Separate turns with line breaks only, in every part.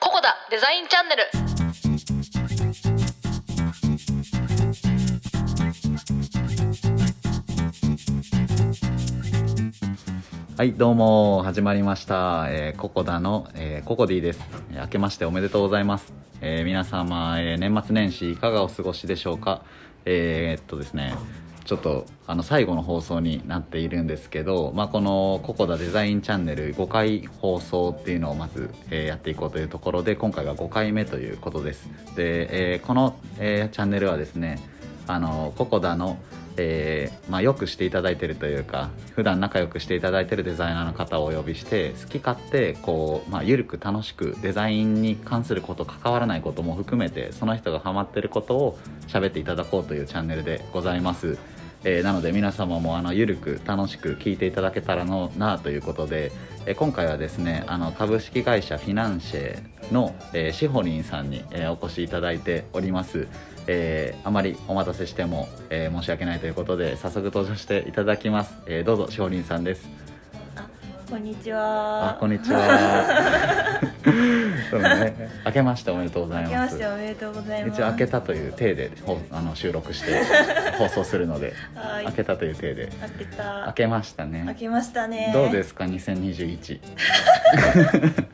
うだデザインチャンネル
はい、どうも、始まりました。えーココダの、えーココディです。えー明けましておめでとうございます。えー皆様、えー年末年始いかがお過ごしでしょうかえーっとですね、ちょっと、あの、最後の放送になっているんですけど、まあ、このココダデザインチャンネル5回放送っていうのをまず、えーやっていこうというところで、今回が5回目ということです。で、えーこの、えーチャンネルはですね、あのココダの、えーまあ、よくしていただいてるというか普段仲良くしていただいてるデザイナーの方をお呼びして好き勝手こう、まあ、緩く楽しくデザインに関すること関わらないことも含めてその人がハマってることを喋っていただこうというチャンネルでございます。えーなので皆様もあのゆるく楽しく聞いていただけたらのなということで、えー今回はですねあの株式会社フィナンシェの、えーシホリンさんに、えーお越しいただいております、えーあまりお待たせしても、えー申し訳ないということで早速登場していただきます、えーどうぞシホリンさんです
こんにち
あ
は。
こんにちは そうね明けましておめでとうござい
明け
ま
ますしておめでとうございます。
一応明けたという体でほあの収録して 放送するので
はい。
明けたという体で
明け
明
た。
けましたね
明けましたね。。
どうですすか2021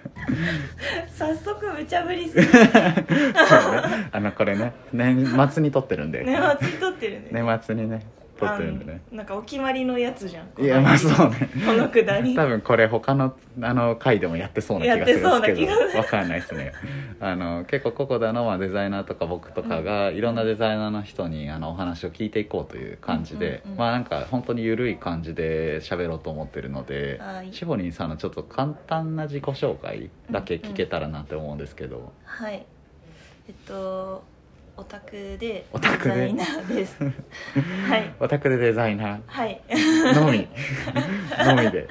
早速無茶ぶりする。
あのこれね年末に撮ってるんで
年末に撮ってるね。
年末にね撮ってるんでね
あのなんかお決まりのやつじゃん。
いやまあそうね
このくだり。
多分これ他のあの回でもやってそうな気がするんですけ
やってそうな気がす
どわかんないですねあの結構ココダのまあデザイナーとか僕とかが、いろんなデザイナーの人にあのお話を聞いていこうという感じで、
うんうんうん
まあなんか本当に緩い感じで喋ろうと思ってるので、
はい
シボリンさんのちょっと簡単な自己紹介だけ聞けたらなって思うんですけど、
はい。えっとオタクで
オタクで
デザイナー です。はい
オタクでデザイナ
はい。
ーの みのみで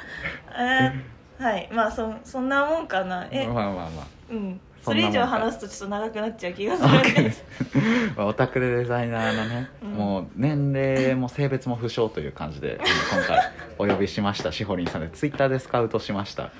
あーはい。まあそんそんなもんかな。え、
まあまあまあ
うん。
そ
そ
んなも
れ
ん
以
か
上話すとちょっと長くなっちゃう気がす
わか
るん
り
で
ま。すまあオタクでデザイナーのね、
うん
もう年齢も性別も不詳という感じであの今回お呼びしましたしほりんさんでツイッターでスカウトしました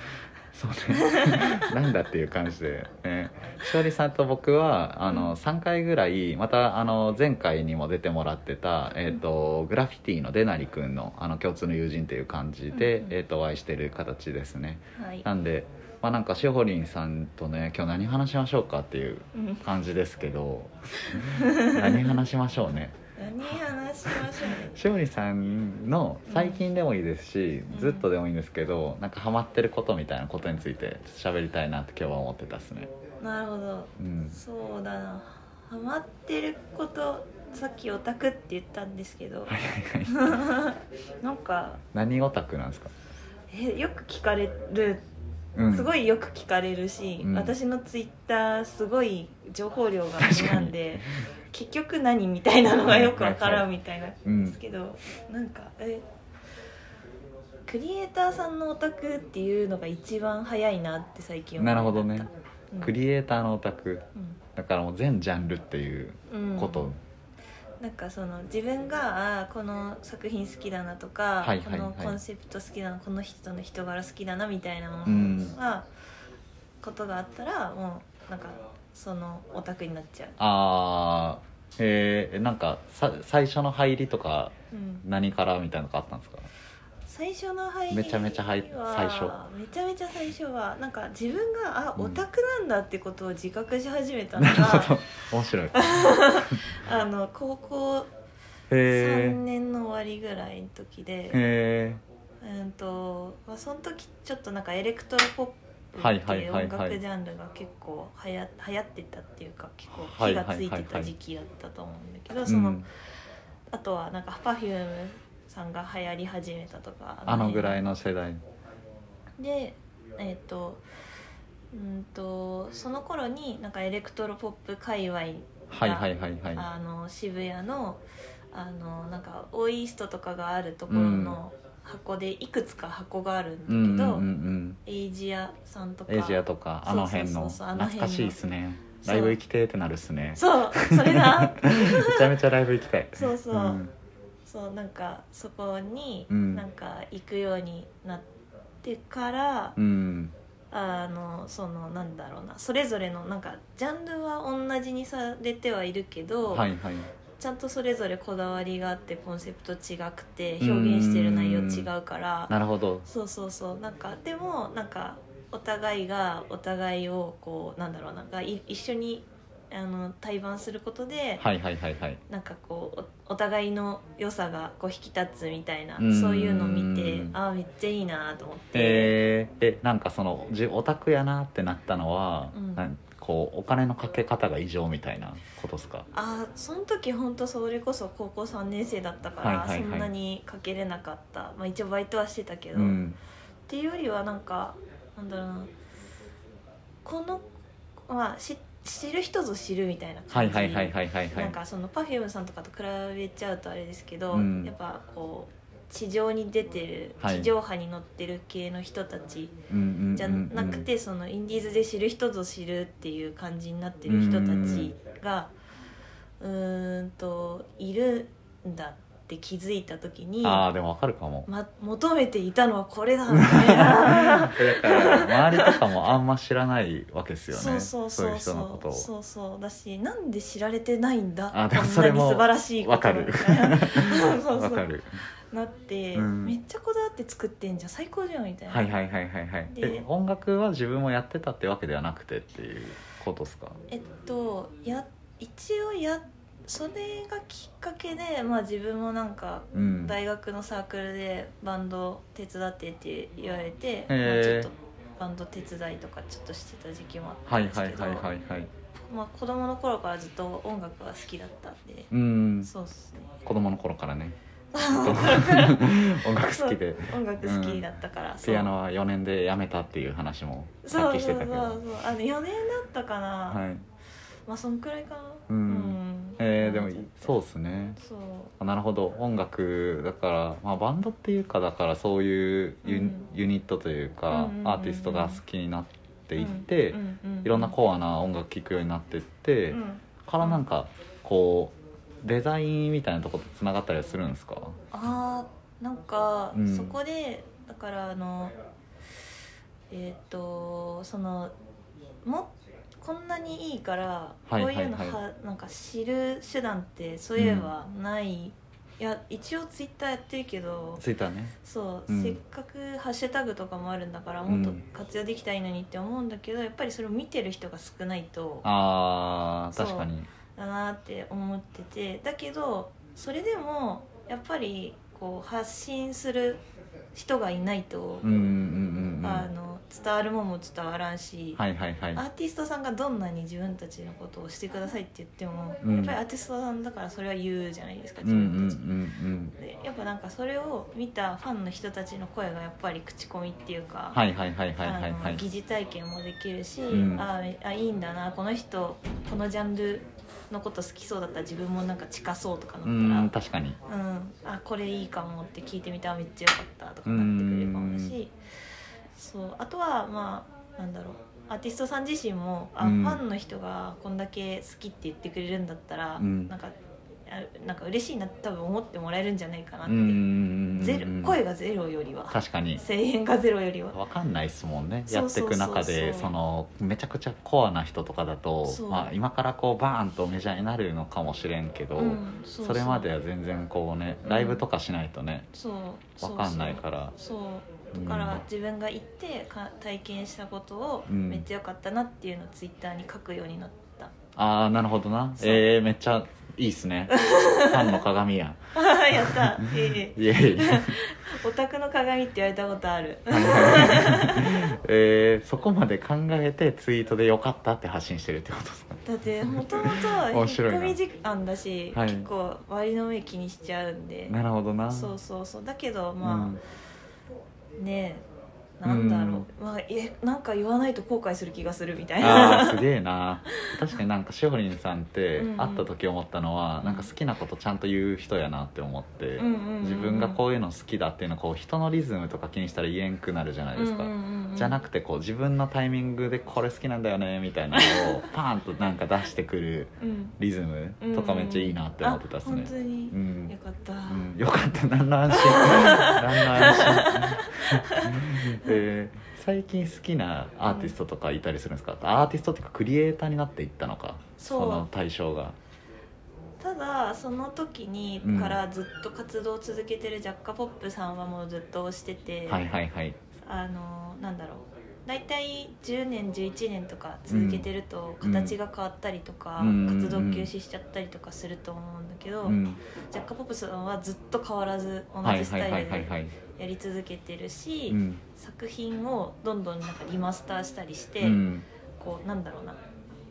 そう ねなんだっていう感じで、ね、しほりさんと僕はあの3回ぐらいまたあの前回にも出てもらってた、えー、とグラフィティのでなりくんのあの共通の友人という感じで、
うん
えー、とお会いしてる形ですね
はい。
なんでまあなんかしほりんさんとね今日何話しましょうかっていう
うん。
感じですけど 何話しましょうね
何話しましょう
しおりさんの最近でもいいですし、
うん
ずっとでもいいんですけどなんかハマってることみたいなことについてちょっと喋りたいなって今日は思ってたっすね
なるほど
うん
そうだなハマってることさっきオタクって言ったんですけど なんか
何オタクなんですか、
えよく聞かれる
うん、
すごいよく聞かれるし、
うん
私のツイッターすごい情報量がなんで結局何みたいなのがよくわからんみたいなん
うん
ですけど、なんかえクリエイターさんのオタクっていうのが一番早いなって最近思
な
う
るほどね、
うん
クリエイターのオタク
うん
だからもう全ジャンルっていう
うん
こと、
なんかその自分があーこの作品好きだなとか、
はいはいはい
このコンセプト好きだなこの人の人柄好きだなみたいなものが、
うん
ことがあったらもうなんかそのオタクになっちゃう、
あーへえんかさ最初の入りとか
うん、
何からみたいなのがあったんですか
最初の入りは
めちゃめちゃ入最初
めちゃめちゃ最初はなんか自分があ
うん
オタクなんだってことを自覚し始めたの
なる
が、
ほど 面白いへ
あの高校
え
3年の終わりぐらいの時で、
へ
うんとまあ、その時ちょっとなんかエレクトロポップ
はい
って
はい
いう
はいはい
音楽ジャンルが結構はや流行ってたっていうか結構
はい
火
はい
が
はいは
つ
い
いてた時期だったと思うんだけど、
え、
そうの
ん
あとはなんか Perfume さんが流行り始めたとか
あのぐらい
の
の世代
辺でえっ、とうんとその頃になんかエレクトロポップ界隈
はいはいはいはい
あの渋谷のあのなんかオイーストとかがあるところの箱でいくつか箱があるんだけ
う
ど、
んうんうん
エイジアさんとか
うんエイジアとかあの辺の
そうそうそうそうあの
懐
辺の
かしいですね
そう
ライブ行きてーってなるっすね
そうそ れだ
めちゃめちゃライブ行きたい
そうそう、
うん
そうなんかそこに
うん
なんか行くようになってから、
うん
あのそのなんだろうなそれぞれのなんかジャンルは同じにされてはいるけど、
はいはい
ちゃんとそれぞれこだわりがあってコンセプト違くて表現してる内容違うから
なるほど
そうそうそうなんかでもなんかお互いがお互いをこうなんだろうなんかい一緒にあの対バンすることで、
はいはいはいはい
なんかこうおお互いの良さがこう引き立つみたいな
うん
そういうのを見てああめっちゃいいなと思って、
えー、えなんかそのじオタクやなってなったのは、
うん
なんこうお金のかけ方が異常みたいなことですか
ああその時本当それこそ高校3年生だったから、
はいはいはい
そんなにかけれなかった、まあ、一応バイトはしてたけど、
う
っ
ん
ていうよりはなんかなんだろうなこの、まあ、し知る人ぞ知るみたいな
は
感
い
じ
はいはいはいはいは
なん
い
かその Perfume さんとかと比べちゃうとあれですけど、
うん
やっぱこう地上に出てる、
はい
地上波に乗ってる系の人たち
うんうんうんうん
じゃなくて、そのインディーズで知る人ぞ知るっていう感じになってる人たちがうーんといるんだって気づいた時に、
ああでもわかるかも
ま、求めていたのはこれだみたいな。
だから周りとかもあんま知らないわけ ですよね
そうそうそう
いう人のこ
そ
と
う
を
そうそうだしなんで知られてないんだ
あでも
こん
そ
な
れ
に
も
素晴らしいこと
わかる
みたいな そうそう
わ
そ
か
う
る
なって、
うん
めっちゃこだわって作ってんじゃん最高じゃんみたいな、
はいはいはいはいはい
で
え音楽は自分もやってたってわけではなくてっていうことですか
えっとや一応やそれがきっかけで、まあ、自分もなんか
うん
大学のサークルでバンド手伝ってって言われて、
へー
まあちょっとバンド手伝いとかちょっとしてた時期もあった
は
ん
い
です
は
け
い
ど、
はいはいはい
まあ、子供の頃からずっと音楽が好きだったんで、
うん
そうっす ね
子供の頃からね音楽好きで
音楽好きだったから、そう
ピアノは4年で辞めたっていう話もさ
そ
っ
う
き
そう
し
そ
て
う
た
そ
け
う
ど
あの4年だったかな、
はい
まあそんくらいかな
うんえー、でもそうですね
そう
あなるほど音楽だから、まあ、バンドっていうかだからそういうユ,、
うん
ユニットというか、
うんうんうんうん
アーティストが好きになっていって、
うんうう
いろんなコアな音楽聴くようになってって、
うん
からなんかこうデザインみたいなとことつながったりはするんですか
あーなんか、
うん
そこでだからあのえっ、とそのもこんなにいいからこ
は
う
い
い
はいう
のは、なんか知る手段ってそういえばない、いや一応ツイッターやってるけど
ツイッターね
そ
う
う、
ん
せっかくハッシュタグとかもあるんだから
う
も
ん
っと活用できたらいいのにって思うんだけど、やっぱりそれを見てる人が少ないと
あー確かに
だなって思っててだけどそれでもやっぱりこう発信する人がいないと、
うんうんうんうん
あの伝わるもんも伝わらんし、
はいはいはい
アーティストさんがどんなに自分たちのことをしてくださいって言っても、
うん
やっぱりアーティストさんだからそれは言うじゃないですか
うんう
自
ん
分たち。
うんうん
でやっぱなんかそれを見たファンの人たちの声がやっぱり口コミっていうか、
はいはいはいはいはい
あ
は
の
い
疑似体験もできるし、
うん
ああいいんだなこの人このジャンルのこと好きそうだったら自分もなんか近そうとかなっ
う
たら、
ん確かに
うん、あこれいいかもって聞いてみためっちゃよかったとかなってくれるかもだしそうあとはまあなんだろうアーティストさん自身もあ、
うん
ファンの人がこんだけ好きって言ってくれるんだったら、
うん
なんかあなんか嬉しいなって多分思ってもらえるんじゃないかなっ
う
て、
んうんうんうん
ゼロ声がゼロよりは
確かに
声援がゼロよりは。
わかんないっすもんね
そ
や
う
って
そう
い
そうそ
く
う
中でそのめちゃくちゃコアな人とかだと
そう、
まあ、今からこうバーンとメジャーになるのかもしれんけど、
うんうう
それまでは全然こうねライブとかしないとね
そう
わかんないから
そう
う
そ
ん
うだから自分が行ってか体験したことを
うん
めっちゃ良かったなっていうのをツイッターに書くようになった、
ああなるほどな
そう
えー、めっちゃいいっす ねファンの鏡や
ああやったええ
イエーイ
オタクの鏡って言われたことある
えー、そこまで考えてツイートでよかったって発信してるってことですか
だってもともと
面
引
白
っ
いな
込み時間だし、
はい
結構割の上気にしちゃうんで
なるほどな
そうそうそうだけど
うん
まあ、ねえなんだろう、まあえなんか言わないと後悔する気がするみたい
あ
な
ーすげえな確かになんかしほりんさんって
うんうん
会った時思ったのは、なんか好きなことちゃんと言う人やなって思って、
うんうんうんうん
自分がこういうの好きだっていうのはこう人のリズムとか気にしたら言えんくなるじゃないですか、
うんうんうんうん
じゃなくてこう自分のタイミングでこれ好きなんだよねみたいなのをパーンとなんか出してくる
うん
リズムとかめっちゃいいなって思ってたっす
あ
ね
本当に
う、ん
よかった、
うんよかった何の安 心何の安心えー最近好きなアーティストとかいたりするんですかアーティストっていうかクリエイターになっていったのか
そう
の対象が
ただその時に
うん
からずっと活動を続けてるジャッカポップさんはもうずっとしてて、
はいはいはい
あのなんだろう大体10年11年とか続けてると
うん
形が変わったりとか、
うん
活動休止しちゃったりとかすると思うんだけど、
うん
ジャッカポップさんはずっと変わらず同
はい
じス
は
タ
い
イ
は
ル
いはい
で
はい
やり続けてるし、
うん
作品をどんどんなんかリマスターしたりして、
うん
こうなんだろうな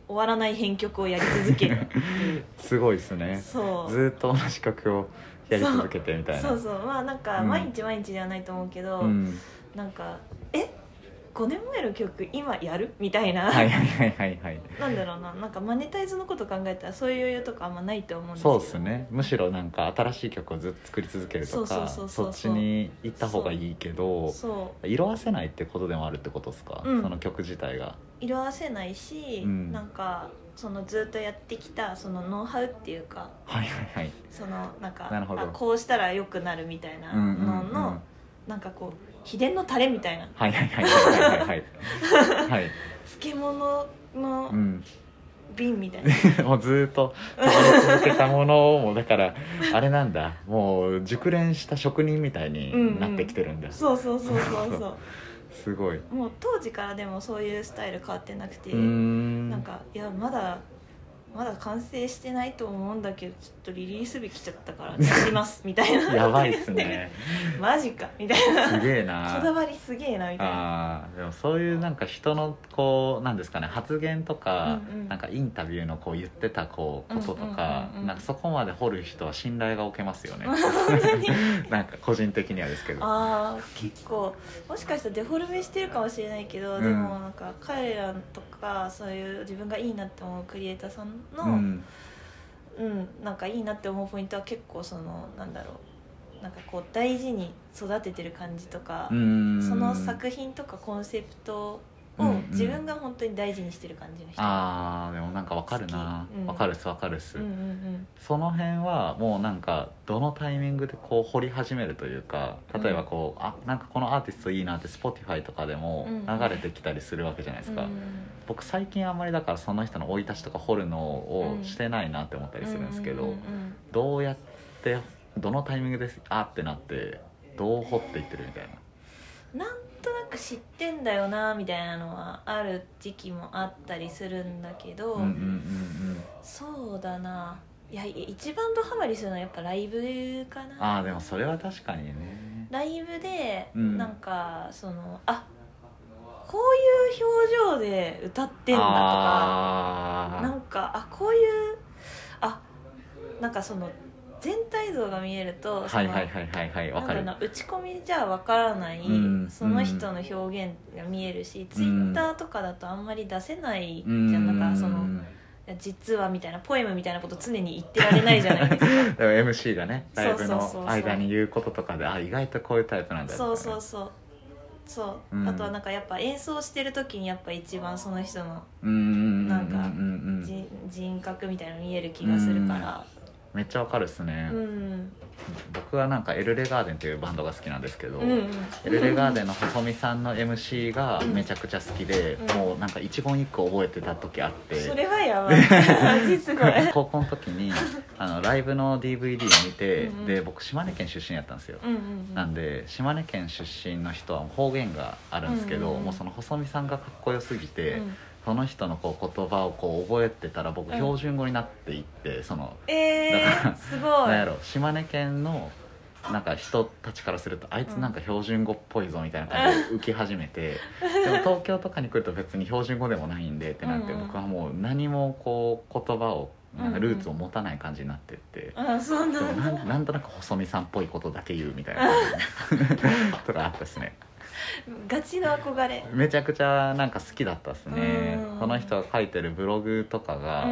終わらない編曲をやり続ける
すごいです ね
そう
ずーっと同じ曲をやり続けてみたいな
そうそうまあなんか
うん
毎日毎日ではないと思うけど、
うん
なんかえ5年前の曲今やるみたいな、
はいはいはいはい はい
なんだろうななんかマネタイズのこと考えたらそういう余裕とかあんまないと思うんですけ
そう
ど
ですねむしろなんか新しい曲をずっと作り続けると
そう
か
そうそうそう
そっちに行った方がいいけど
そう
色あせないってことでもあるってことですか、
うん
その曲自体が
色あせないし、
うん
なんかそのずっとやってきたそのノウハウっていうか
はいはいはい
そのなんか
なるほど
あこうしたら良くなるみたいな
うんうん
のの、
うん
なんかこう秘伝のタレみたいな
はいはいはいはい はいはいはい
漬物の
うん
瓶みたいな、
もうずーっと食べ続けたものをもうだからあれなんだもう熟練した職人みたいになってきてるんだ、
そうそうそうそ うそ
すごいう
もう当時からでもそういうスタイル変わってなくて、
うーん
なんかいやまだまだ完成してないと思うんだけどちょっとリリース日来ちゃったからしますみたい な
やばいっすね
マジかみたいな
すげえ
こ
な
だわりすげえなみたいな
あーでもそういうなんか人のこうなんですかね発言とか、
うんうん
なんかインタビューのこう言ってたこうこととか、
うんうんうんうん
なんかそこまで掘る人は信頼がおけますよね
本当に
なんか個人的にはですけど
あ ー結構もしかしたらデフォルメしてるかもしれないけど、
うん
でもなんか彼らとかそういう自分がいいなって思うクリエイターさんの、
う
うん
ん、
なんかいいなって思うポイントは結構そのなんだろうなんかこう大事に育ててる感じとか、
うん
その作品とかコンセプト
うんう
を
ん
自分が本当に大事にしてる感じの人。
あーでもなんかわかるな
好きうん
わ、かるっすわかるっす、
うんうん
その辺はもうなんかどのタイミングでこう掘り始めるというか例えばこう、あなんかこのアーティストいいなって Spotify とかでも流れてきたりするわけじゃないで
う
す
ん
か、僕最近あんまりだからその人の生い立ちとか掘るのを
うん
してないなって思ったりするんですけど、
うんうんうん
どうやってどのタイミングであーってなってどう掘っていってるみたいな
うんなんとなく知ってんだよなみたいなのはある時期もあったりするんだけど、
うんうんうん
そうだないやい一番ドハマりするのはやっぱライブか
うん
な
ああでもそれは確かにね
ライブで
うん
なんかその、あこういう表情で歌ってんだとか
あ
なんかあこういうあなんかその全体像が見えると
ー
その
はいはいはいはいはいわ
なん
か
だろ
る
うな打ち込みじゃわからない、
うん
その人の表現が見えるし、ツイッターとかだとあんまり出せないじゃ、
うんん
なんかそのいや実はみたいなポエムみたいなこと常に言ってられないじゃないですか
でも MC がねライブ
そうそうそうそ
の
う
間に言うこととかであ意外とこういうタイプなんだよ
そうそうそうそう、
うん
あとはなんかやっぱ演奏してる時にやっぱ一番その人の
うんうんうんうん
なんか
うんうん
人,、人格みたいなの見える気がするから
めっちゃわかるっすね、
うん、
僕はなんかエルレガーデンっていうバンドが好きなんですけど、
うんうん
エルレガーデンの細見さんの MC がめちゃくちゃ好きで、
うん
もうなんか一言一句覚えてた時あって
それは やばいマジすごい
高校の時 にあのライブの DVD を見て、
うんうん
で僕島根県出身やったんですよ、
うんうん
なんで島根県出身の人は方言があるんですけど、
うんうんうん
もうその細見さんがかっこよすぎ
う
て、
ん
その人のこう言葉をこう覚えてたら僕
うん
標準語になっていって、その
え
だか
ー、
ら
す
なんや
ご
ろ島根県のなんか人たちからするとあいつなんか標準語っぽいぞみたいな感じで浮き始め て、でも東京とかに来ると別に標準語でもないんでってなって、
うんうん
僕はもう何もこう言葉をなんかルーツを持たない感じになってって、
いあそうなん
でもな
だ
んなんとなく細見さんっぽいことだけ言うみたいな感じとかあったですね
ガチの憧れ
めちゃくちゃなんか好きだったですね
うん
この人が書いてるブログとかが、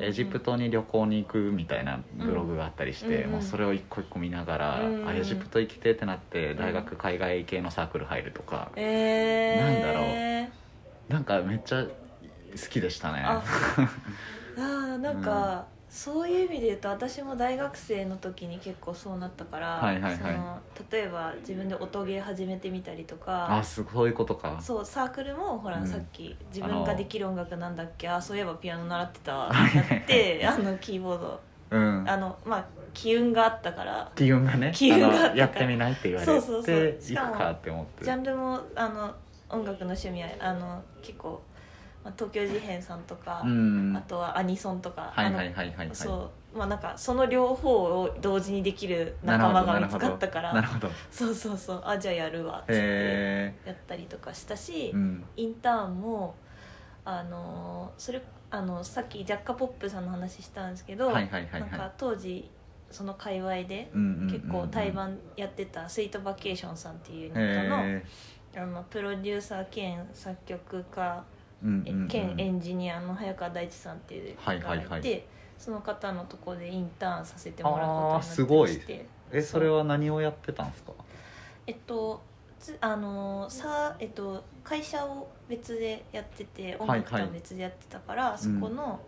エジプトに旅行に行くみたいなブログがあったりして、
うん
もうそれを一個一個見ながら、
うん
あエジプト行きてえってなって大学海外系のサークル入るとか、
えー、
なんなんかめっちゃ好きでしたね
ああーなんか、そういう意味で言うと私も大学生の時に結構そうなったから、
はいはいはい
その例えば自分で音ゲー始めてみたりと
あ
か
すごいことか
そうサークルもほら、
うん
さっき自
あ
分
の
ができる音楽なんだっけあそういえばピアノ習ってたってなってあのキーボード
うん
あのまあ機運があったから
機運がね
機運があったから
あのやってみないって言われて
そうそうそうしかも
行くかって思って
ジャンルもあの音楽の趣味はあの結構、まあ、東京事変さんとか、
うん
あとはアニソンとか、
はいはいはいはい
あ
は
の
い
そうまあなんかその両方を同時にできる仲間が見つかったか
なる
ら
ほど
そうそうそうあじゃあやるわっつって
へ
やったりとかしたし、
えうん
インターンもあのーそれあのさっきジャッカポップさんの話したんですけど、
はいはいはい
なん
はい
か当時その界隈で
結
結構対バンやってたスイートバケーションさんっていうユニ
へ
ットの,、
え
あのプロデューサー兼作曲家
うん
え
うんうん
兼エンジニアの早川大地さんっていう
はい
が
はいい
て、
はい
その方のとこでインターンさせてもらうことになってまして
えそれは何をやってたんですか
えっとつあのーさえっと会社を別でやってて音楽とは別でやってたから、そこの,、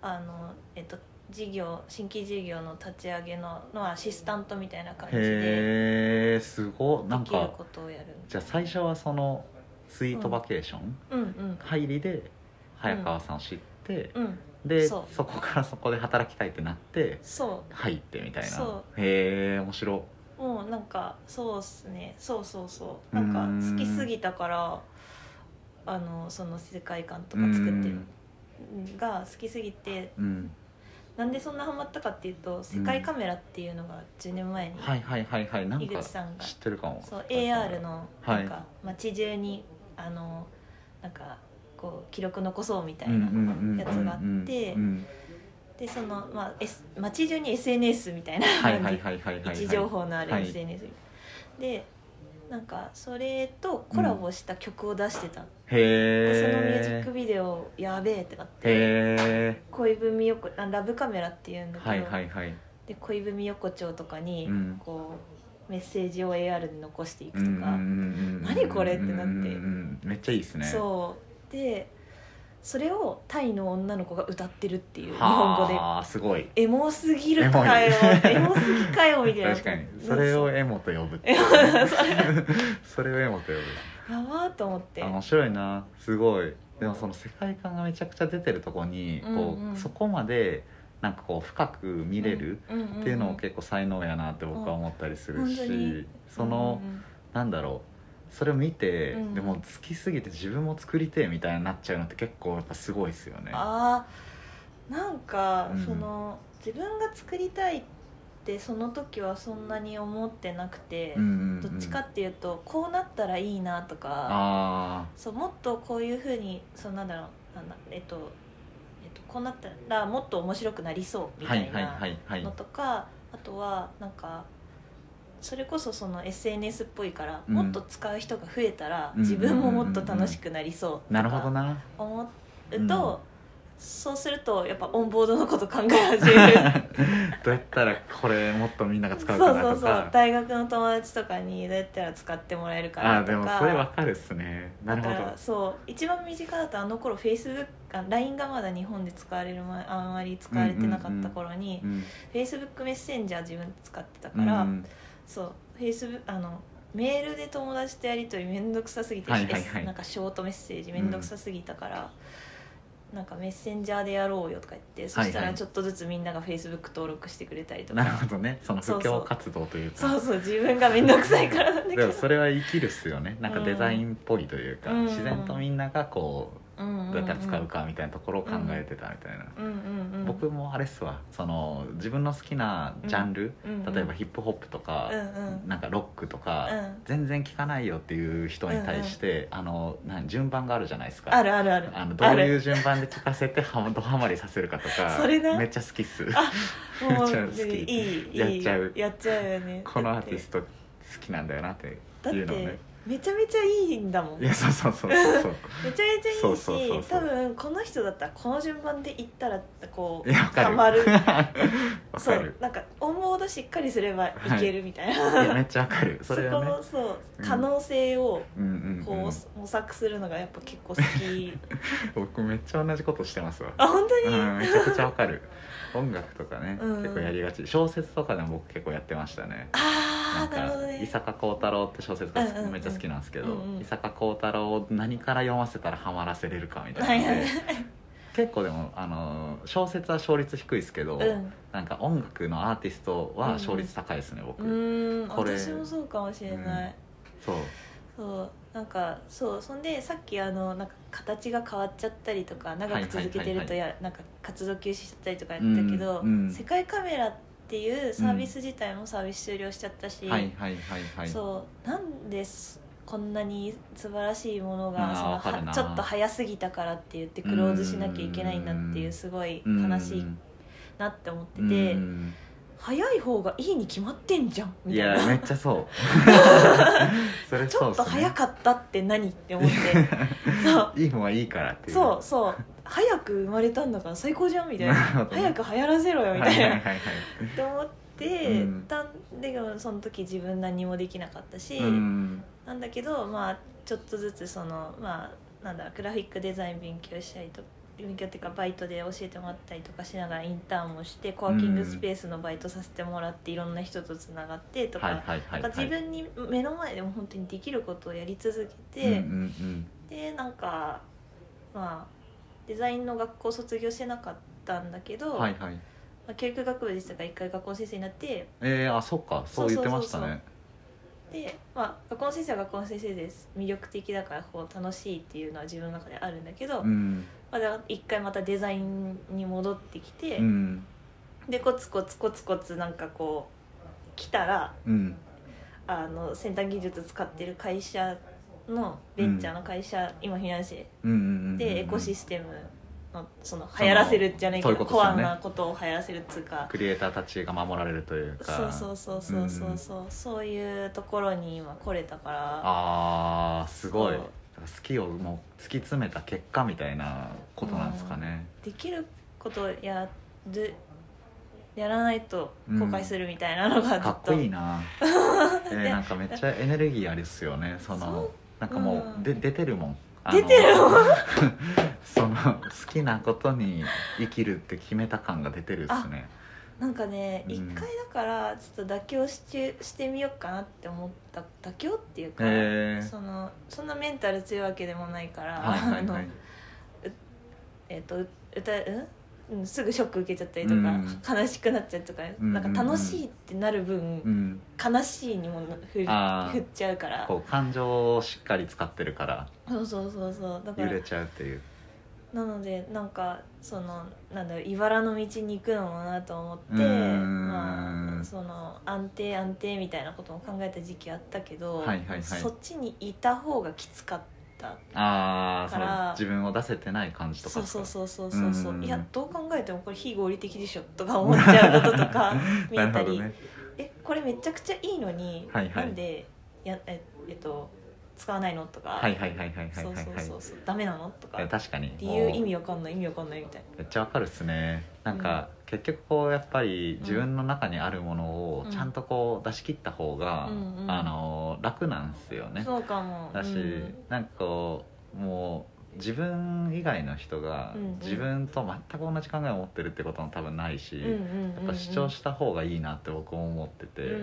あのえっと事業新規事業の立ち上げののアシスタントみたいな感じで。
へえすごいな
で
ん
きる
か
ことをやる
じゃあ最初はそのスイートバケーション
うんうん
入りで早川さんを知って
うん
で
そ
そうこからそこで働きたいってなって
そ
入ってみたいな
そ
へえ面白
うもうなんかそうっすねそうそうそう
う
な
ー
ん
ん
か好きすぎたからあのその世界観とか
うん
作ってるが好きすぎて
うん
なんでそんなハマったかっていうと「世界カメラ」っていうのが10年前に、
はいはいはいはいなん
井
か
口さんが
知ってるかも
そう AR の
はい
なんか街中にあのなんかこう記録残そうみた
う
い
ん
な
うんうんうん
やつがあって
うん
でその、まあ S、街中に SNS みたいな
はいはいはいはいはいは
位
い
置情報のある
はい
SNS、でなんかそれとコラボした曲を出してた、
へえ
そのミュージックビデオやべえってなって
へえ
恋文横あラブカメラっていうんだけど、
はいはいはい
で恋文横丁とかに
うん
こう、メッセージを AR で残していく
うんうん
と
うん
か、
うん
何これってなって
うんうんうんめっちゃいいですね
そうでそれをタイの女の子が歌ってるっていう日本語で
はあすごい
エモすぎるかよエ
エモ
モ
い
すぎかよみたいな
確かにそれをエモと呼ぶって
エモ
それをエモと呼ぶ
やばーと思って
あ面白いなすごいでもその世界観がめちゃくちゃ出てるところにこ
うんうん
うそこまでなんかこう深く見れるっていうのも結構才能やなって僕は思ったりする
うん本当に
しその
うんうん
なんだろうそれを見て、
うん
でも好きすぎて自分も作りてえみたいになっちゃうのって結構やっぱすごいですよね
あーなんか、
うん
その自分が作りたいってその時はそんなに思ってなくて、
うんうんうん
どっちかっていうとこうなったらいいなとか
あ
そうもっとこういうふうにそうなんだろうなんだえっと、えっと、こうなったらもっと面白くなりそう
ー
み
は
た
い
い
はい
な
はいはい
のとか、あとはなんかそれこそその SNS っぽいから、
うん
もっと使う人が増えたら
うん
自分ももっと楽しくなりそうとか
なるほどな
思
う
うんと、そうするとやっぱオンボードのこと考え始める
どうやったらこれもっとみんな が使
そうう
かな
そ
と
うそう
か
大学の友達とかにどうやったら使ってもらえるか
あ
な
あ
と
で
か
もそれわかるっすねなるほ
だからそう一番身近だとあの頃フェイスブック LINE がまだ日本で使われる前あんまり使われてなかった頃に、
ど、うん、
フェイスブックメッセンジャー自分使ってたから、
うん
そうフェイスブックあのメールで友達とやり取り面倒くさすぎて、
はいはいはい
えなんかショートメッセージ面倒くさすぎたから、なんかメッセンジャーでやろうよとか言ってそした
はい
ら
はい
ちょっとずつみんながフェイスブック登録してくれたりとか、
なるほどねその
そ
布
うそう
教活動というか
そうそう自分が面倒くさいからなんだけ
で
ど
もそれは生きるっすよねなんかデザインっぽいというか、
うん
自然とみんながこ
うんうん
うどうやったら使うかみたいなところを考えてたみたいな、
うんうんうん
僕もあれっすわその自分の好きなジャンル、
うんうん
例えばヒップホップとか、
うんうん
なんかロックとか、
うん
全然聞かないよっていう人に対して、あのなん順番があるじゃないですか
あるあるある
あのどういう
う
順番で聞かせてはドハマりさせるかとか
それな
めっちゃ好きっす
あも
めっちゃ
う
好き
いいいい
やっちゃう
やっちゃうよね
このアーティ
ト
スト好きなんだよなって
だっ
いう
て
のをね
めちゃめちゃいいんだもん
い
めち
やそうそうそうそう そう
ゃめちゃいいし
そうそうそうそう
多分この人だったらこの順番で行ったらこう
いや わか
ハ
る
マる
わ
そ
か
う
る
なんかオンボードしっかりすればいけるみたいな、
いやめっちゃわかる
そ
それはね
このそう
うん
可能性を
うんうんうん、
こう、模索するのがやっぱ結構好 き
僕めっちゃ同じことしてますわ
あ本当
う
に、
んめちゃくちゃわかる音楽とかね、
うん
結構やりがち小説とかでも僕結構やってましたねな
あ
ん
あなるほど
か伊
ね
坂幸太郎って小説が好き
うんうんうん
めっちゃ好きなんですけど、
うんうん
伊坂幸太郎を何から読ませたらハマらせれるかみた
はいい
な
は
の
い
で、結構でもあの小説は勝率低いですけど、
うん
なんか音楽のアーティストは勝率高いですね、
う
僕、
ーん
これ
私もそうかもしれない、
そう
そうなんかそうそんでさっきあのなんか形が変わっちゃったりとか長く続けてるとや、なんか活動休止しちゃったりとかやったけど、
うんうん
世界カメラっていうサービス自体もサービス終了しちゃったし、
はいはいはいはい
そうなんですこんなに素晴らしいも
あ
の
ー
がその
わかる
は
な
ちょっと早すぎたからって言ってクローズしなきゃいけないんだっていううんすごい
うん
悲しいなって思ってて、
うん
早い方がいいに決まってんじゃんみ
い
たいな
やめっちゃ そうそれ
ち
そ
ょ
う
っ
す
と
ね
早かったって何って 思ってそう
いいもんはいいからっていう
そうそう早く生まれたんだから最高じゃんみたい な
なるほどね
早く流行らせろよみ
は
た
い
い
は
な、
いはいはい
って思って、
うん
たんでもその時自分何もできなかったし、
うん
なんだけどまあちょっとずつそのまあなんだグラフィックデザイン勉強したりと勉強っていうかバイトで教えてもらったりとかしながらインターンもしてコワーキングスペースのバイトさせてもらっていろんな人とつながってとか、
はいはいはいは
なん
い
か自分に目の前でも本当にできることをやり続けて、
うんうんうん
でなんかまあデザインの学校を卒業してなかったんだけど、
はいはい
まあ、教育学部でしたが一回学校の先生になって
えー、あそっかそう言ってましたね
で、まあ、学校の先生は学校の先生です魅力的だからこう楽しいっていうのは自分の中であるんだけど、
うん
まあだから一回またデザインに戻ってきて、
うん
でコツコツコツコツなんかこう来たら
うん
あの先端技術使ってる会社のベンチャーの会社、今フィナンシェ
うんうんうんうん
でエコシステムのその流行らせるじゃないけ
そ
ど
ういうこと
コ
です
ア
よね
なことを流行らせるっつうか
クリエイターたちが守られるというか
そうそうそうそうそうそう、そういうところに今来れたから
ああすごい
そう
好きをもう突き詰めた結果みたいなことなんですかね、
できることやるやらないと後悔するみたいなのがず
か
っ
っ
と、
こいいな、えーなんかめっちゃエネルギーありっすよねその
そう
なんかもう、
うん
で出てるもんあの
出てるもん
その好きなことに生きるって決めた感が出てるっすね
なんかね
うん
一、回だからちょっと妥協しちしてみようかなって思った妥協っていうか、
へー
そのそんなメンタル強いわけでもないから、
はいはいは
あ
い
のえっとう歌うんうん、すぐショック受けちゃったりとか、悲しくなっちゃうとか、
うん
なんか楽しいってなる分、
うん
悲しいにも振る
あー
振っちゃうから
こう感情をしっかり使ってるから
そうそうそうそうだか
揺
ら
れちゃうっていう
なのでなんかそのなんだろういばらの道に行くのもなと思
う
って
ーん
まあその安定安定みたいなことも考えた時期あったけど、
はいはいはい
そっちにいた方がきつかった
ああそ
だから
の自分を出せてない感じとか
そう
ですか
そうそうそうそうそう
うん
いやどう考えてもこれ非合理的でしょとか思っちゃうこととか 見
な
え
る
た
ほど
り、
ね
えこれめちゃくちゃいいのに、
はいはい
なんでやええっと使わないのとか、
はいはいはいはいは
そ
いうは
そう
い
そ
は
うそうダメなのとか
い確かに
理由意
もう
味わかんない意味わかんないみたいな
めっちゃわかるっすねなんか、結局こうやっぱり自分の中にあるものを
うん
ちゃんとこう出し切った方が、
うんうん
あの楽なんですよね、
そうかも
だし、
うん
なんかこうもう自分以外の人が
うんうん
自分と全く同じ考えを持ってるってことも多分ないし、
うんうんうんうん
やっぱ主張した方がいいなって僕も思ってて、
うんうんう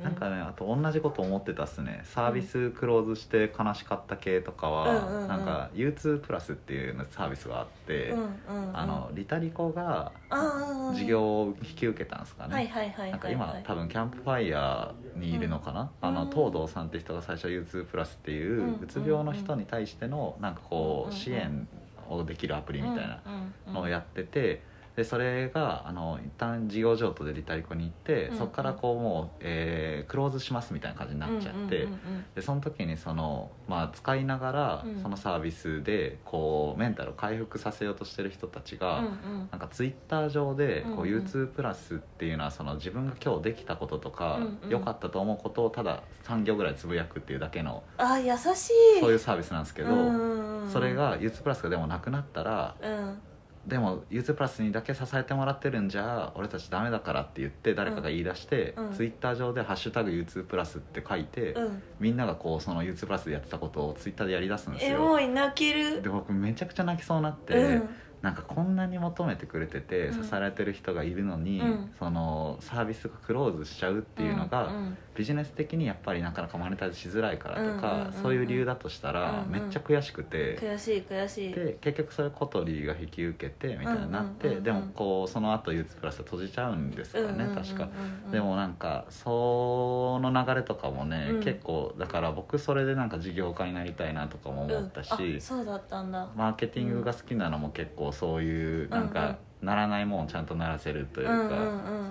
ん
なんかねあと同じこと思ってたっすねサービスクローズして悲しかった系とかは、
うんうんうん
なんか U2 プラスっていうサービスがあって、
うんうんうん
あのリタリコが
あー
事業を引き受けたんですかね、
はいはいはいはいはい
なんか今多分キャンプファイヤーにいるのかな、
うん
あの
うん
東堂さんって人が最初 U2 プラスっていう、
う
うんつ病の人に対してのなんかこう
うん
支援をできるアプリみたいな
な
のをやってて、でそれがあの一旦事業譲渡でリタリコに行って、
うんうん
そこからこうもう、えークローズしますみたいな感じになっちゃって、
うんうんうんうん
でその時にその、まあ、使いながら、
うん
そのサービスでこうメンタルを回復させようとしてる人たちが、
うんうん
なんかツイッター上でこう
うんうん
U2 プラスっていうのはその自分が今日できたこととか
うんうん
良かったと思うことをただ3行ぐらいつぶやくっていうだけの
あー優しい
そういうサービスなんですけど
ど
それが U2 プラスがでもなくなったら
うん
でも U2 プラスにだけ支えてもらってるんじゃ俺たちダメだからって言って誰かが言い出して
うん
ツイッター上で「ハッシュタグ #U2 プラス」って書いて
うん
みんながこうその U2 プラスでやってたことをツイッターでやりだすんです
エ
よ。
モい泣ける
で僕めちゃくちゃ泣きそうになって、
うん
なんかこんなに求めてくれてて支
うん
えられてる人がいるのに、
うん
そのサービスがクローズしちゃうっていうのが、
ん
ビジネス的にやっぱりなかなかマネタイズしづらいからとか、
うんうんうんうん
そういう理由だとしたら、
うんうん
めっちゃ悔しく
うん
て。
悔しい悔しい
で結局それコトリーが引き受けてみたいになって、
うんうんうんうん
でもこうその後ユーツプラスは閉じちゃうんですか
う
ね、
んうんうんうん
確か、
うん
でもなんかその流れとかもね、
うん
結構だから僕それでなんか事業家になりたいなとかも思ったし、
うんあそうだったんだ
マーケティングが好きなのも結構そういうなん
うんうん
かならないもんをちゃんとならせるというか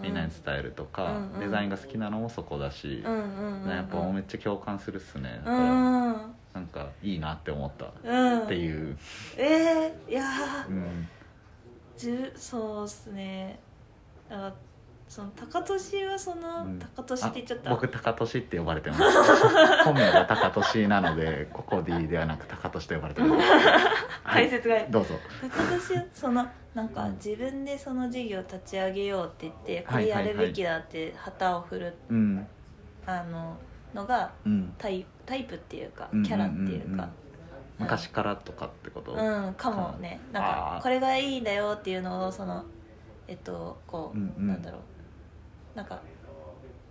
みんなに伝えるとか
うんうん
デザインが好きなのもそこだし
うんうんうん
やっぱめっちゃ共感するっすねだ
う
から
ん
なんかいいなって思った
うん
って
う
いう
えーいやー
うん
じゅそうっすねだからその高俊はその
うん
高俊って言っちゃった
あ僕高俊って呼ばれ てます本名が高俊なのでココディではなく高俊と呼ばれて ますは
解
い
説がい
どうぞ
高俊はそのなんか
うん
自分でその事業を立ち上げようって言ってこ
はい
れ
はいはい
やるべきだって旗を振る
うん
あののが
うん
タイタイプっていうか
うん
キャラってい
ん
うんか
ん昔からとかってこと
うんかもねなん
あ
か
ー
これがいいんだよっていうのをそのえっとこう、
うんうん
なんだろうなんか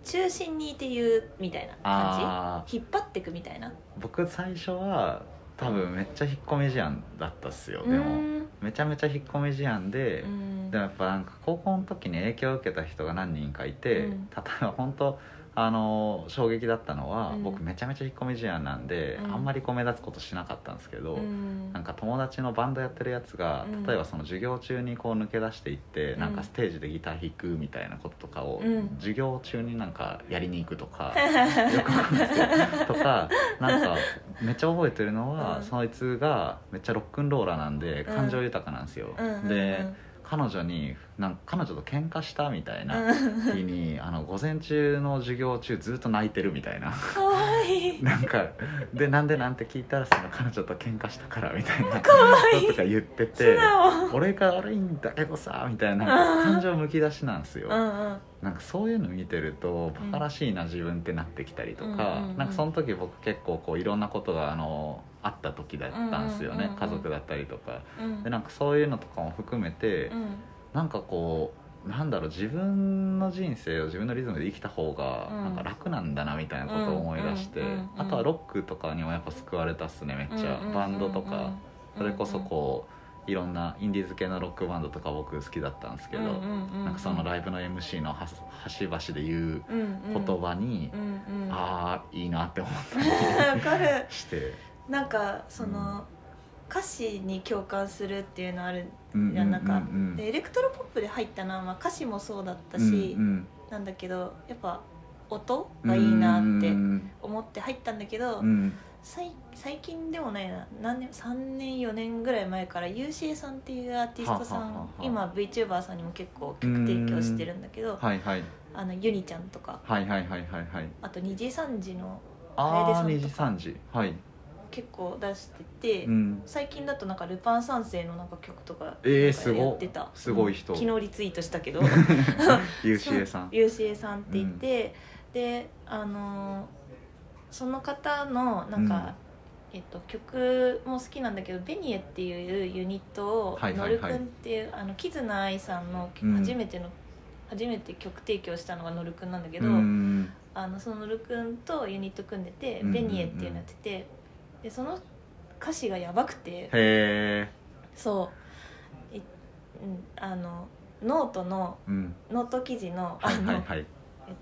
中心にいて言うみたいな感
ああ
じ引っ張ってくみたいな
僕最初は多分めっちゃ引っ込み思案だったっすよ
う
でも
ーん
めちゃめちゃ引っ込み思案で
う、ん
でもやっぱなんか高校の時に影響を受けた人が何人かいて、
うん
例えば本当あの衝撃だったのは、
うん
僕めちゃめちゃ引っ込み思案なんで、
うん
あんまりこう目立つことしなかったんですけど、
うん
なんか友達のバンドやってるやつが、
うん
例えばその授業中にこう抜け出していって、
うん
なんかステージでギター弾くみたいなこととかを、
うん
授業中になんかやりに行くと かよくわかんないですけどとかなんかめっちゃ覚えてるのは、
うん
そいつがめっちゃロックンローラーなんで
うん
感情豊かなんですよ。
うんうんうん
で彼女になんか彼女と喧嘩したみたいな
うん
日 にあの午前中の授業中ずっと泣いてるみたいな。
かわいい
なんかでなんでなんて聞いたらその彼女と喧嘩したからみたいな
いい
こととか言って
素
て
直
俺が悪いんだけどさみたいななんか感情むき出しなんですよ、
うんうん
なんかそういうの見てると
うん
バカらしいな自分ってなってきたりと
う
か、
んうんうん
なんかその時僕結構こういろんなことがあのあった時だったんですよね、
うんうんうんうん
家族だったりとか
うん
でなんかそういうのとかも含めて、
うん
なんかこうなんだろう自分の人生を自分のリズムで生きた方が
うん
なんか楽なんだなみたいなことを思い出して、
うんうんうんうん
あとはロックとかにもやっぱ救われたっすねめっちゃ、
うんうんうん
バンドとか、それこそこういろんなインディーズ系のロックバンドとか僕好きだったんですけど、なんかそのライブの MC のは端々で言う
ブ
言葉に、
うんうん
ああいいなって思っ
わかる
たりして、
なんかその、歌詞に共感するっていうのあるいやなんかでエレクトロポップで入ったのは、まあ、歌詞もそうだったし、
うん
なんだけどやっぱ音
うん
がいいなって
うん
思って入ったんだけど、
うん
さい最近でもないな何年3年4年ぐらい前から UCA さんっていうアーティストさん
はははは
今 VTuber さんにも結構曲提供してるんだけど
はいはい
あのユニちゃんとか
はいはいはいはいはい
あと2時3時の
ああ
楓
2時
さんとか
3時はい、
結構出してて。
うん、
最近だとなんか「ルパン三世」のなんか曲とか
えー
なんかやってた
すごいすごい人
うん昨日リツイートした けど
UCA さん
UCA さんって言って、であのーその方のなんか、えっと、曲も好きなんだけど「ベニエ」っていうユニットを
はいは
の
い
る
は
く
い
んっていうあのキズナアイさんの
うん
初めての、初めて曲提供したのがのるくんなんだけ
う
ど、
ん
あのそののるくんとユニット組んでて「
うんうんうん
ベニエ」っていうのやっててでその歌詞がやばくて。
へえ
そういうんあのノートの
うん
ノート記事のあ
はいは
の、
いはい
えっ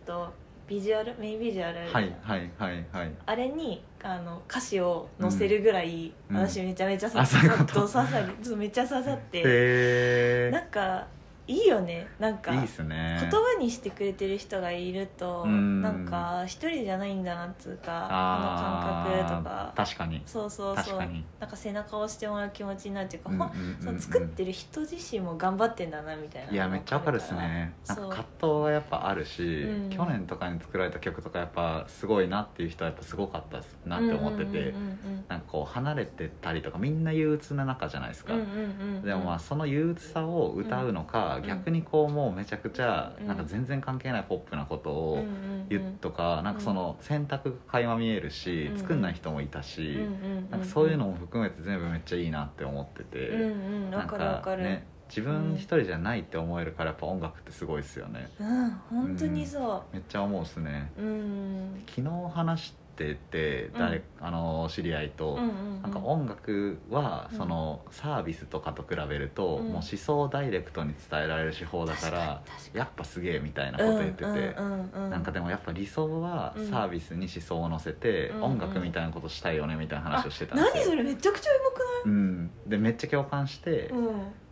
とビジュアルメインビジュアルあるじゃ
は
ん、
いはいはいはい
あれにあの歌詞を載せるぐらい、
うん
私めちゃめちゃ
あ
さ
そういうこと
そう刺さりそうめっちゃ刺さって
へえ
なんかいいよねなんか
いいっすね
言葉にしてくれてる人がいると、
うん
なんか一人じゃないんだなっつうか
あ
あの
ー
感覚とか
確かに
そうそう
確
そう
かに
なんか背中を押してもらう気持ちになるっていうか、
うんうん
ほん
うんうん
その作ってる人自身も頑張ってんだなみたいない
やめっちゃわかるっすねなんか
そう
葛藤はやっぱあるし、
うん
去年とかに作られた曲とかやっぱすごいなっていう人はやっぱすごかったっすなって思ってて、
うんうん
なんかこう離れてたりとかみんな憂鬱な中じゃないです
う
か、
んうんうんうんうんうん
でもまあその憂鬱さを歌うのか、
うん
逆にこうもうめちゃくちゃ
うん
なんか全然関係ないポップなこと
うんう
を
ん
言うとか、なんかその選択が垣間見えるし、
うん
作んない人もいた
う
し、
んうん
なんかそういうのも含めて全部めっちゃいいなって思ってて、
うんうんわ
なん
かるわかる
ね自分一人じゃないって思えるからやっぱ音楽ってすごいですよね
うん本当にそ
めっちゃ思うっすね
ううん
昨日話してて誰、
うん
あの知り合いと、
うんうん
なんか音楽は
うん
そのサービスとかと比べると、
うん
もう思想をダイレクトに伝えられる手法だから
確かに確かに
やっぱすげえみたいなこと言ってて、
うんうんうん
なんかでもやっぱ理想は
うん
サービスに思想を乗せて、
うん
音楽みたいなことしたいよねみたいな話をしてたんです
何
よ。
それめちゃくちゃエモく
うん、でめっちゃ共感して、
ない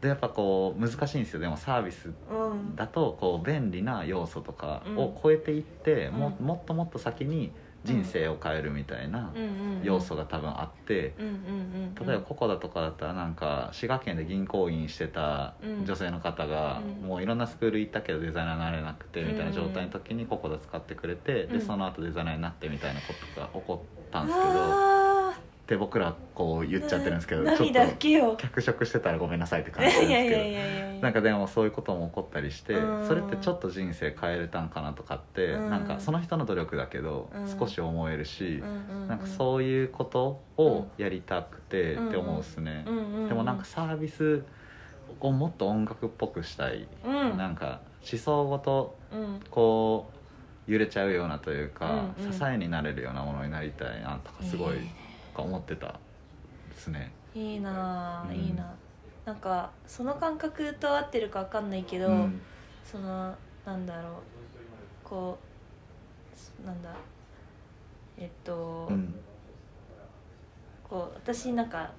でやっぱこう難しいんですよでもサービス
うんうん
だとこう便利な要素とか
う
を
ん
超えていって、も
うん
もっともっと先に人生を変えるみたいな
うんうんうん
要素が多分あって、
うんうんうんうん
例えばココダとかだったらなんか滋賀県で銀行員してた
うん
女性の方が
うん
もういろんなスクール行ったけどデザイナーになれなくてみたいな状態の時にココダ使ってくれて
う
で
ん
その後デザイナーになってみたいなことが起こったんですけどっ
あ
て僕らこう言っちゃってるんですけど
な
ちょっ
涙だ
と
けよ
脚色してたらごめんなさいって
い
感
や
じなん
いや
で
い
す
やい
けど。
やいや
なんかでもそういうことも起こったりして
うん
それってちょっと人生変えれたんかなとかって
うん
なんかその人の努力だけど
うん
少し思えるし
な
なんかそういうことをやりたくてって思うっすね、
うんうんうん
でもなんかサービスをもっと音楽っぽくしたい、
うん
なんか思想ごと
うん
こう揺れちゃうようなというか、
うんうん
支えになれるようなものになりたいなとかすごい思ってたですね、
いいなあ
うん
いいななんかその感覚と合ってるかわかんないけど、
うん
そのなんだろうこうなんだえっと、
うん
こう私なんか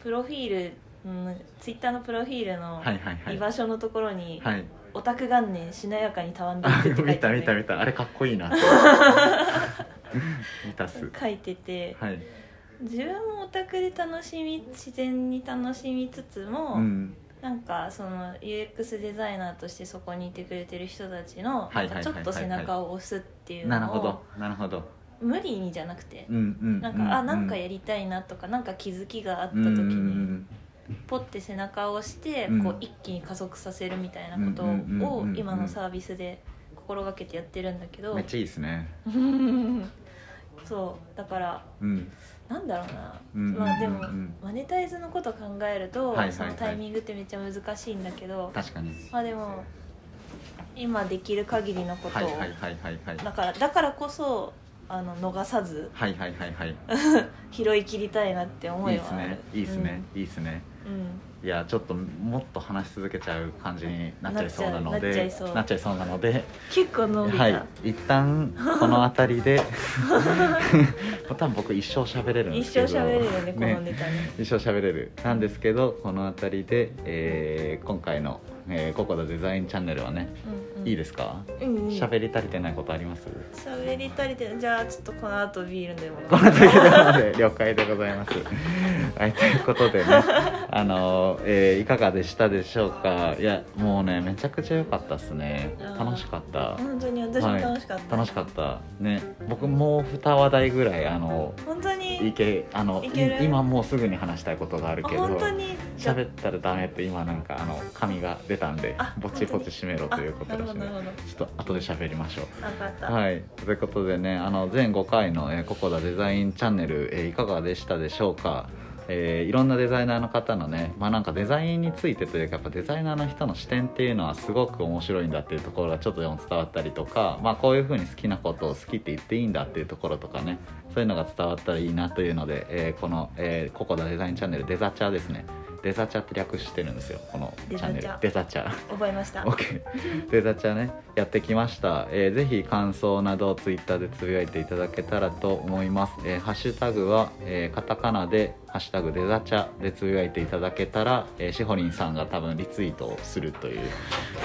プロフィール、うん、ツイッターのプロフィールの
はいはいはい
居場所のところに
はい
「オタク元年しなやかにたわんでい
あ
く」って書い
見
てて
た見た見たあれかっこいい なって見たっす
書いてて
はい
自分もオタクで楽しみ自然に楽しみつつも、
うん
なんかその UX デザイナーとしてそこにいてくれてる人たちの
はいはいはいはい
ちょっと背中を押すっていう
なる
の
ほ
を
どなるほど
無理にじゃなくて
うんうん
なん
う
かあなん
ん
かやりたいなとかなんか気づきがあった
うん
時
うんう
に
ん
ポッて背中を押して
うん
こう一気に加速させるみたいなこと
うんうんうんうん
を
うん
今のサービスで心がけてやってるんだけど
めっちゃいいですね
そうだから
うん
なんだろうな、
うんうんうんうん
まあでもマネタイズのこと考えると、
はいはいはい
そのタイミングってめっちゃ難しいんだけど
確かに
まあでも今できる限りのこと
はい
を、
はいはいはいはい
だからだからこそあの逃さず
はいはいはいはい
拾い切りたいなって思
いい
い
です
はある
ねいいですね、いいですね
うんうん
いやちょっともっと話し続けちゃう感じになっちゃいそうなので
なっちゃいそう
なっちゃいそうなので
結構伸びた、
はい一旦この辺り で多分僕一生喋れるんで
一
す
生
けど
喋れるよねこのネタね
一生喋れるなんですけどこの辺りで、えー今回の、えー「ココダデザインチャンネル」はね
うんうん、
いいですか
うんうん
喋り足りてないことあります
喋り足りてないじゃあちょっとこの後ビールでも
この時なので了解でございます。はい、ということでね、あのえーいかがでしたでしょうか。いや、もうね、めちゃくちゃ良かったですね
うん。
楽しかった。
本当に私も楽しかった、
楽しかった。ね、僕もう二話題ぐらい、あの。
本当
い
に
け、あの、
いける
い今もうすぐに話したいことがある
あ
けど。
本当にじゃあ
喋ったらダメって、今なんか、あの、紙が出たんで
あ、
ぼちぼち締めろ
あ
ということ
なる
で
ほ
す
どな
ね
る。ほど
ちょっと後で喋りましょう。
分かった、
はい、ということでねあの全5回の、えー「ココダデザインチャンネル」えーいかがでしたでしょうか、えーいろんなデザイナーの方のね、まあ、なんかデザインについてというかやっぱデザイナーの人の視点っていうのはすごく面白いんだっていうところがちょっとでも伝わったりとか、まあ、こういうふうに好きなことを好きって言っていいんだっていうところとかねそういうのが伝わったらいいなというので、えーこの、えー「ココダデザインチャンネル」デザチャーですねデザチャって略してるんですよこのチャンネルデ
デ
ザチャ
覚え ました
OK デザチャねやってきました、えーぜひ感想などツイッターでつぶやいていただけたらと思います、えーハッシュタグは、えーカタカナで「ハッシュタグデザチャ」でつぶやいていただけたら、えー、しほりんさんが多分リツイートをするという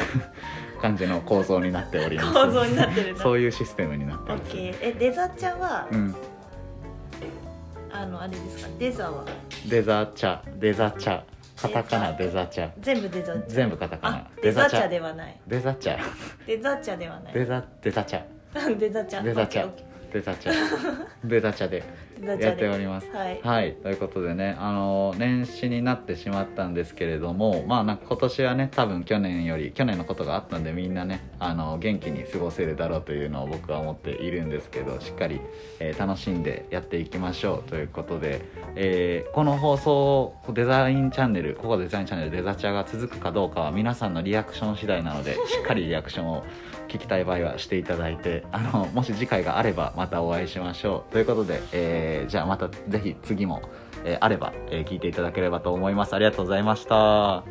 感じの構造になっております
構造になってるな
そういうシステムになってます、
OK えデザチャは、
うん、
あのあれですかデザは
デザチャデザチャカタカナデザチャ
全部デザチャ
全部カタカナ
あデザチャ
デ
ではない
ザチャ
デザチャではない
デザデザチャ
デザチャ
デザチャ
OK OK
デザチャ デザチャで
デザチャで
やっております
はい
はいということでねあの年始になってしまったんですけれどもまあなんか今年はね多分去年より去年のことがあったんでみんなねあの元気に過ごせるだろうというのを僕は思っているんですけどしっかり、えー楽しんでやっていきましょうということで、えーこの放送デザインチャンネルここデザインチャンネルデザチャが続くかどうかは皆さんのリアクション次第なのでしっかりリアクションを聞きたい場合はしていただいてあのもし次回があればまたお会いしましょうということで、えーじゃあまたぜひ次も、えーあれば、えー聞いていただければと思いますありがとうございました。